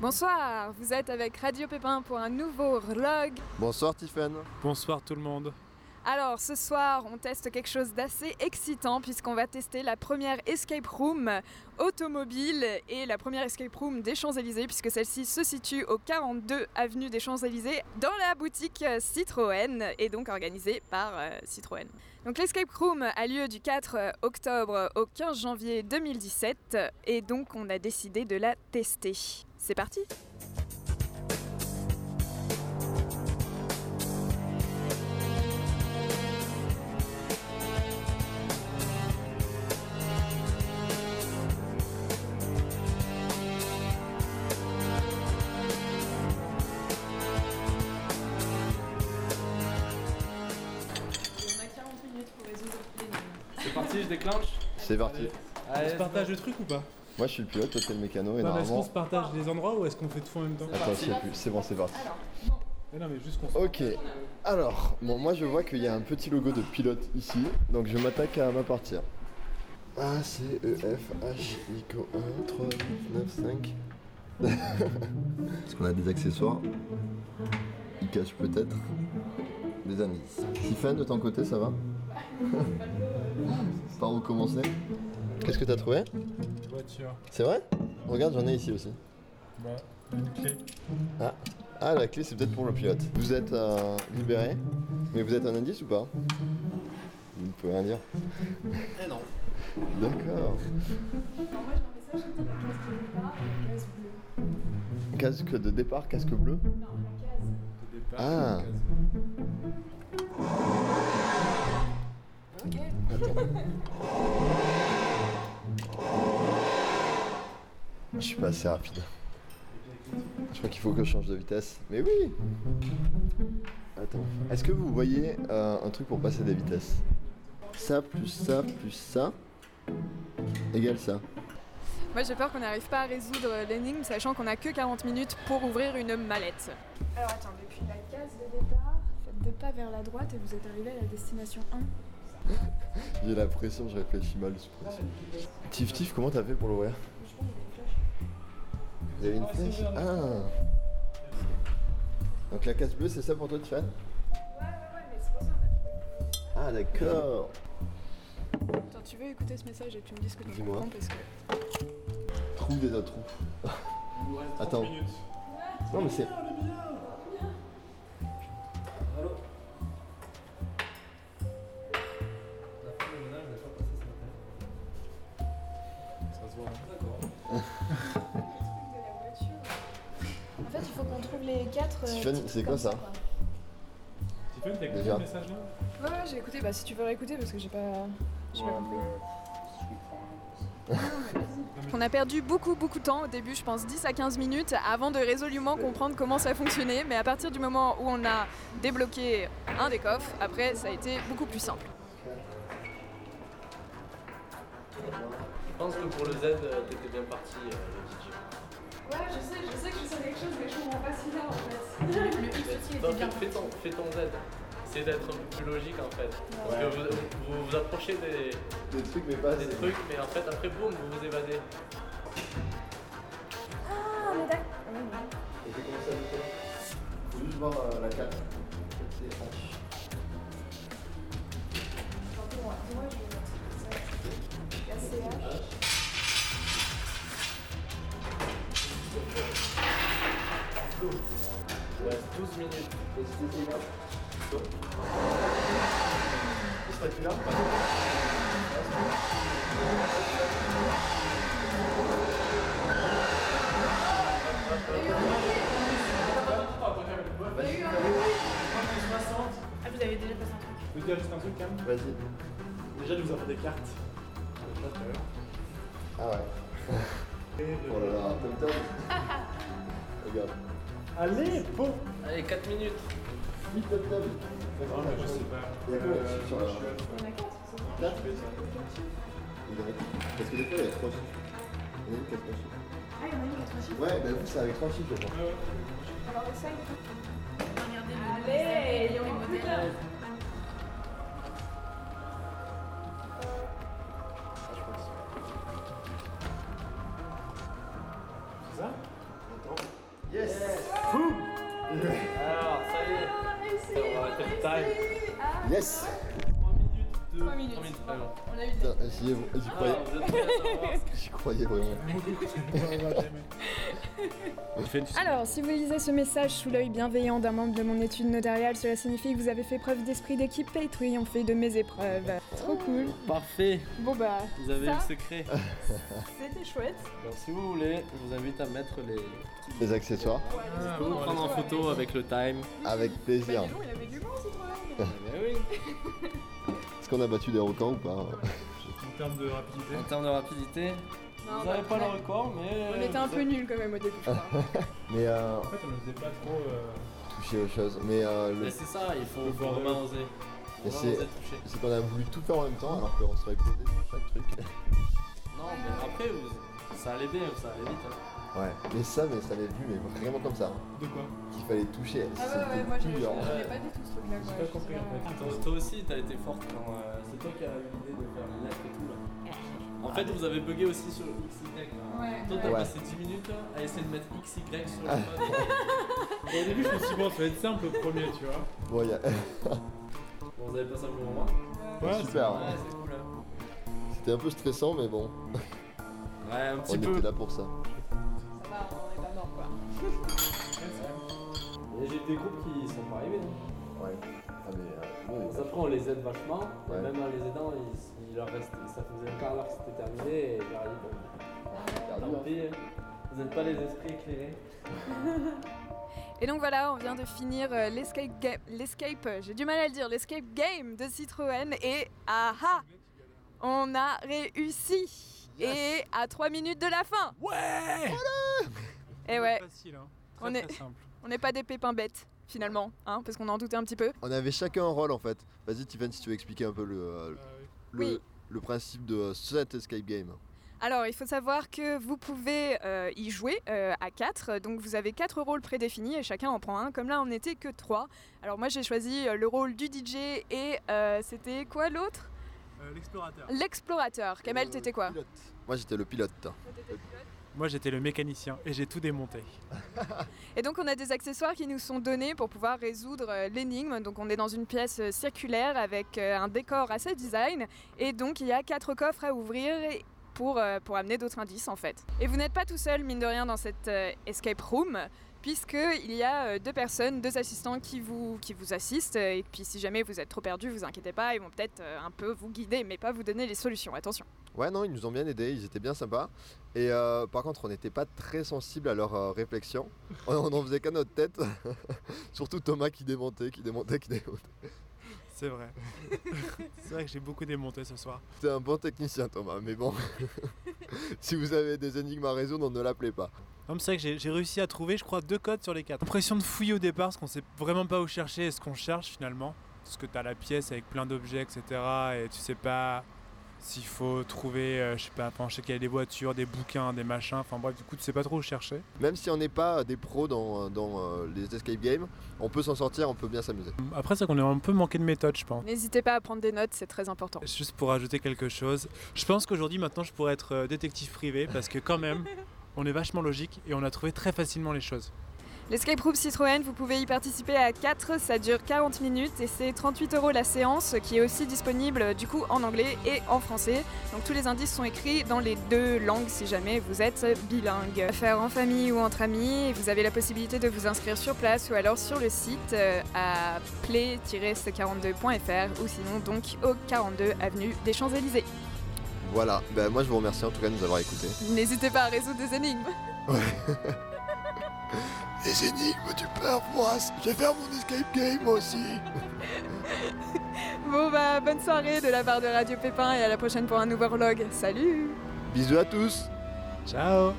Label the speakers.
Speaker 1: Bonsoir, vous êtes avec Radio Pépin pour un nouveau vlog.
Speaker 2: Bonsoir Tiffen.
Speaker 3: Bonsoir tout le monde.
Speaker 1: Alors ce soir, on teste quelque chose d'assez excitant puisqu'on va tester la première escape room automobile et la première escape room des Champs-Élysées puisque celle-ci se situe au 42 avenue des Champs-Élysées dans la boutique Citroën et donc organisée par euh, Citroën. Donc l'escape room a lieu du 4 octobre au 15 janvier 2017 et donc on a décidé de la tester. C'est parti
Speaker 3: C'est parti, je déclenche.
Speaker 2: C'est parti.
Speaker 3: Allez,
Speaker 4: On se partage le truc ou pas
Speaker 2: Moi je suis le pilote, toi t'es le mécano et
Speaker 4: Non, mais Est-ce qu'on
Speaker 2: normalement.
Speaker 4: se partage les endroits ou est-ce qu'on fait tout en même temps
Speaker 2: Attends, je sais plus. C'est bon, c'est parti.
Speaker 4: Mais Non mais juste qu'on se...
Speaker 2: Ok. Alors, bon, moi je vois qu'il y a un petit logo de pilote ici, donc je m'attaque à ma partie. hein. A C E F H I Q 1 3 9 5. Est-ce qu'on a des accessoires Ils cachent peut-être des indices. Tiffen, de ton côté, ça va Par où commencer Qu'est-ce que t'as trouvé
Speaker 4: voiture.
Speaker 2: C'est vrai Regarde, j'en ai ici aussi.
Speaker 4: Bon, une clé.
Speaker 2: Ah. Ah, la clé c'est peut-être pour le pilote. Vous êtes euh, libéré, mais vous êtes un indice ou pas Vous ne pouvez rien dire.
Speaker 5: Eh non.
Speaker 2: D'accord. Casque de départ, casque bleu
Speaker 4: De départ.
Speaker 2: Ah. Attends. Je suis pas assez rapide. Je crois qu'il faut que je change de vitesse. Mais oui Attends. Est-ce que vous voyez euh, un truc pour passer des vitesses Ça plus ça plus ça égale ça.
Speaker 1: Moi j'ai peur qu'on n'arrive pas à résoudre l'énigme sachant qu'on a que 40 minutes pour ouvrir une mallette.
Speaker 6: Alors attends, depuis la case de départ, faites deux pas vers la droite et vous êtes arrivé à la destination 1.
Speaker 2: J'ai la pression, je réfléchis mal sous pression. Tif Tif, comment t'as fait pour l'ouvrir Il y avait une flèche Ah Donc la casse bleue, c'est ça pour toi, Tiffany Ah d'accord
Speaker 6: Attends, tu veux écouter ce message et tu me dis ce que tu
Speaker 2: Dis-moi.
Speaker 6: comprends parce que.
Speaker 2: Trouve des autres trous.
Speaker 4: Il nous reste
Speaker 2: Attends.
Speaker 4: 30 minutes.
Speaker 2: Non mais c'est...
Speaker 4: Ça se voit.
Speaker 6: En fait, il faut qu'on trouve les quatre. euh,
Speaker 2: Tiffany,
Speaker 6: titres
Speaker 2: c'est quoi
Speaker 6: comme
Speaker 2: ça
Speaker 4: Tiffany, t'as écouté
Speaker 2: Déjà.
Speaker 4: le message là
Speaker 6: quoi. Ouais, ouais, j'ai écouté. Bah, si tu veux réécouter parce que j'ai pas. J'ai pas compris.
Speaker 1: On a perdu beaucoup beaucoup de temps au début, je pense 10 à 15 minutes, avant de résolument comprendre comment ça fonctionnait. Mais à partir du moment où on a débloqué un des coffres, après ça a été beaucoup plus simple.
Speaker 5: Je pense que pour le Z, euh, t'étais bien parti, euh, le
Speaker 6: Ouais, je sais, je sais que je sais quelque chose, mais je comprends pas si bien en fait.
Speaker 5: DJ. Non, fais, fais ton, fais ton Z. Essaye d'être un peu plus logique en fait. Parce que vous vous, vous approchez des,
Speaker 2: Des trucs mais pas...
Speaker 5: des trucs, mais en fait après boum, vous vous évadez.
Speaker 2: Et comment ça Faut juste voir la carte.
Speaker 5: Il reste 12 minutes.
Speaker 4: Je peux te dire juste un truc quand même
Speaker 2: Vas-y.
Speaker 4: Déjà, nous avons des cartes.
Speaker 2: Ah ouais. Oh là là, Tom Tom. Regarde.
Speaker 4: Allez, bon
Speaker 5: Allez, 4 minutes.
Speaker 2: Oui, Tom Tom.
Speaker 4: Non mais je sais pas.
Speaker 2: Il y a combien de chiffres
Speaker 4: Euh,
Speaker 2: sur
Speaker 4: moi,
Speaker 2: la-
Speaker 4: je suis à-
Speaker 2: Quatre Il en a- Parce que des fois, il y a trois chiffres. Il y en a une qui a trois chiffres.
Speaker 6: Ah, il y en a une qui est
Speaker 2: Ouais, bah vous, c'est avec trois chiffres, je crois.
Speaker 6: Alors, essaye. Allez, il y en a plus là.
Speaker 4: C'est ça Attends.
Speaker 2: Yes
Speaker 5: Alors, ça y est.
Speaker 6: Ah, réussi,
Speaker 5: Ça va,
Speaker 6: réussi.
Speaker 5: t'as le
Speaker 6: Ah,
Speaker 2: Yes
Speaker 5: 3 minutes, 2.
Speaker 1: Trois minutes.
Speaker 5: Ah bon.
Speaker 6: on a eu
Speaker 2: Putain, j'y ai- j'y
Speaker 5: Ah,
Speaker 2: croyais,
Speaker 5: vous êtes prêts à savoir
Speaker 2: j'y croyais vraiment.
Speaker 6: Alors, si vous lisez ce message sous l'œil bienveillant d'un membre de mon étude notariale, cela signifie que vous avez fait preuve d'esprit d'équipe et triomphé de mes épreuves. Trop cool.
Speaker 5: Parfait,
Speaker 6: Bon bah,
Speaker 5: vous avez
Speaker 1: Ça.
Speaker 5: eu le secret.
Speaker 1: C'était chouette.
Speaker 5: Donc si vous voulez, je vous invite à mettre les... Vous
Speaker 2: Les accessoires,
Speaker 5: pouvez
Speaker 1: Ah,
Speaker 5: vous prendre en photo euh. avec le time.
Speaker 2: avec plaisir.
Speaker 1: Bah, il avait du monde ce là
Speaker 5: Ah ben oui.
Speaker 2: Est-ce qu'on a battu des records ou pas
Speaker 4: En termes de rapidité.
Speaker 5: En termes de rapidité, vous n'avez pas le record, mais...
Speaker 1: Ah, bah, On était un peu nuls quand même au début, je crois.
Speaker 2: Mais euh,
Speaker 4: En fait, on ne faisait pas trop. euh,
Speaker 2: toucher aux choses. Mais euh, le-
Speaker 5: Mais c'est ça, il faut
Speaker 4: Le
Speaker 5: faut
Speaker 4: bordel.
Speaker 5: vraiment oser.
Speaker 2: Et
Speaker 5: Faut vraiment
Speaker 2: c'est-
Speaker 5: oser toucher.
Speaker 2: c'est qu'on a voulu tout faire en même temps alors qu'on serait posé sur chaque truc.
Speaker 5: Non, mais après, vous- ça allait bien, ça allait vite. hein.
Speaker 2: Ouais. Mais ça, mais ça l'est vu, mais vraiment comme ça. hein,
Speaker 4: De quoi
Speaker 2: Qu'il fallait toucher.
Speaker 1: Ah ouais, ouais,
Speaker 2: C'était
Speaker 1: moi je je-
Speaker 2: dur.
Speaker 1: je l'ai pas du tout ce truc-là.
Speaker 4: J'ai
Speaker 1: quoi.
Speaker 4: pas
Speaker 1: Je
Speaker 4: compris
Speaker 1: sais
Speaker 4: en fait.
Speaker 1: pas.
Speaker 5: Toi, toi aussi, t'as été forte quand... euh, c'est toi qui as eu l'idée de faire les lettres et tout, là. En fait, vous avez bugué aussi sur le XY. là.
Speaker 1: Ouais,
Speaker 5: Toi,
Speaker 1: ouais.
Speaker 5: t'as
Speaker 2: Ouais.
Speaker 5: passé 10 minutes là, à essayer de mettre XY sur le euh, mode.
Speaker 4: Bon, Au début, je me suis dit, bon, ça va être simple le premier, tu vois.
Speaker 2: Bon, y a-
Speaker 5: Bon, vous avez passé un bon moment
Speaker 2: super.
Speaker 5: Ouais, c'est cool. hein.
Speaker 2: C'était un peu stressant, mais bon,
Speaker 5: Ouais, un
Speaker 2: on
Speaker 5: petit peu.
Speaker 2: était là pour ça.
Speaker 1: Ça va, on est pas mort quoi.
Speaker 5: Et j'ai des groupes qui sont pas arrivés. hein.
Speaker 2: Ouais. Ah, mais euh, ouais,
Speaker 5: Après, on les aide vachement. et
Speaker 2: Ouais.
Speaker 5: Même en les aidant, ils- il leur reste, ça faisait un quart d'heure que c'était terminé. Et je leur ai dit, bon,
Speaker 2: t'as perdu,
Speaker 5: tant
Speaker 2: hein.
Speaker 5: pis, hein. vous n'êtes pas les esprits éclairés.
Speaker 1: Et donc voilà, on vient de finir euh, l'escape ga- l'escape, euh, j'ai du mal à le dire, l'escape game de Citroën et ah ah, on a réussi et à 3 minutes de la fin.
Speaker 3: Ouais
Speaker 1: Et ouais,
Speaker 3: Facile, hein.
Speaker 1: On
Speaker 3: Très, très
Speaker 1: est-
Speaker 3: simple.
Speaker 1: on n'est pas des pépins bêtes finalement, hein, parce qu'on en doutait un petit peu.
Speaker 2: On avait chacun un rôle en fait. Vas-y, Tiffany, si tu veux expliquer un peu le, euh, le,
Speaker 1: Oui.
Speaker 2: le principe de euh, cet escape game.
Speaker 1: Alors, il faut savoir que vous pouvez euh, y jouer euh, à 4. Donc, vous avez quatre rôles prédéfinis et chacun en prend un. Comme là, on n'était que trois. Alors, moi, j'ai choisi euh, le rôle du DJ et euh, c'était quoi l'autre
Speaker 3: Euh, L'explorateur.
Speaker 1: L'explorateur. Kamel,
Speaker 2: Euh,
Speaker 1: t'étais quoi
Speaker 2: pilote. Moi, j'étais le pilote.
Speaker 3: Moi, j'étais le mécanicien et j'ai tout démonté.
Speaker 1: Et donc, on a des accessoires qui nous sont donnés pour pouvoir résoudre euh, l'énigme. Donc, on est dans une pièce euh, circulaire avec euh, un décor assez design. Et donc, il y a quatre coffres à ouvrir et- pour, euh, pour amener d'autres indices, en fait. Et vous n'êtes pas tout seul, mine de rien, dans cette euh, escape room. Puisqu'il y a euh, deux personnes, deux assistants qui vous, qui vous assistent. Et puis, si jamais vous êtes trop perdu, vous inquiétez pas, ils vont peut-être euh, un peu vous guider, mais pas vous donner les solutions. Attention.
Speaker 2: Ouais, non, ils nous ont bien aidés, ils étaient bien sympas. Et euh, par contre, on n'était pas très sensible à leurs euh, réflexions. On- On n'en faisait qu'à notre tête. Surtout Thomas qui démontait, qui démontait, qui démontait.
Speaker 3: C'est vrai. c'est vrai que j'ai beaucoup démonté ce soir.
Speaker 2: C'était un bon technicien, Thomas, mais bon. si vous avez des énigmes à résoudre, on ne l'appelait pas.
Speaker 3: Non, mais c'est vrai que j'ai- j'ai réussi à trouver, je crois, deux codes sur les quatre. Impression de fouiller au départ, parce qu'on sait vraiment pas où chercher et ce qu'on cherche finalement. Parce que t'as la pièce avec plein d'objets, etc. Et tu sais pas s'il faut trouver, euh, je sais pas, enfin, je sais qu'il y a des voitures, des bouquins, des machins. Enfin bref, du coup, tu sais pas trop où chercher.
Speaker 2: Même si on n'est pas euh, des pros dans, euh, dans, euh, les escape games, on peut s'en sortir, on peut bien s'amuser.
Speaker 3: Après, c'est qu'on est un peu manqué de méthode, je pense.
Speaker 1: N'hésitez pas à prendre des notes, c'est très important.
Speaker 3: Juste pour ajouter quelque chose, je pense qu'aujourd'hui maintenant je pourrais être euh, détective privé parce que quand même on est vachement logique et on a trouvé très facilement les choses.
Speaker 1: L'escape room Citroën, vous pouvez y participer à 4, ça dure 40 minutes et c'est 38 euros la séance qui est aussi disponible euh, du coup en anglais et en français. Donc tous les indices sont écrits dans les deux langues si jamais vous êtes bilingue. À Faire en famille ou entre amis, et vous avez la possibilité de vous inscrire sur place ou alors sur le site euh, à play-42.fr ou sinon donc au 42 avenue des Champs-Élysées.
Speaker 2: Voilà, ben, moi je vous remercie en tout cas de nous avoir écoutés.
Speaker 1: N'hésitez pas à résoudre des énigmes.
Speaker 2: Les énigmes du père Fouras, je vais faire mon escape game aussi.
Speaker 1: Bon bah bonne soirée de la part de Radio Pépin et à la prochaine pour un nouveau vlog. Salut
Speaker 2: Bisous à tous.
Speaker 3: Ciao